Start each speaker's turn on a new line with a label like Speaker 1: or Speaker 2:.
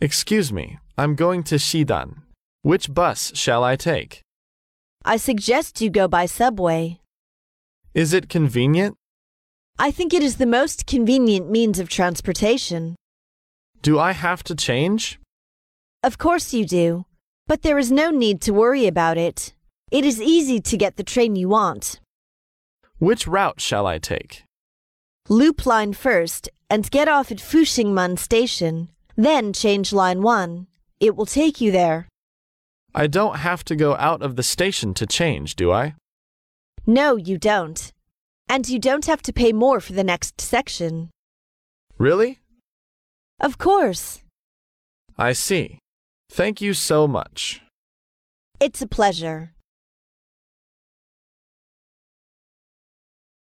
Speaker 1: Excuse me, I'm going to Shidan. Which bus shall I take?
Speaker 2: I suggest you go by subway.
Speaker 1: Is it convenient?
Speaker 2: I think it is the most convenient means of transportation.
Speaker 1: Do I have to change?
Speaker 2: Of course you do, but there is no need to worry about it. It is easy to get the train you want.
Speaker 1: Which route shall I take?
Speaker 2: Loop line first and get off at Fushingman station, then change line 1. It will take you there.
Speaker 1: I don't have to go out of the station to change, do I?
Speaker 2: No, you don't. And you don't have to pay more for the next section.
Speaker 1: Really?
Speaker 2: Of course.
Speaker 1: I see. Thank you so much.
Speaker 2: It's a pleasure.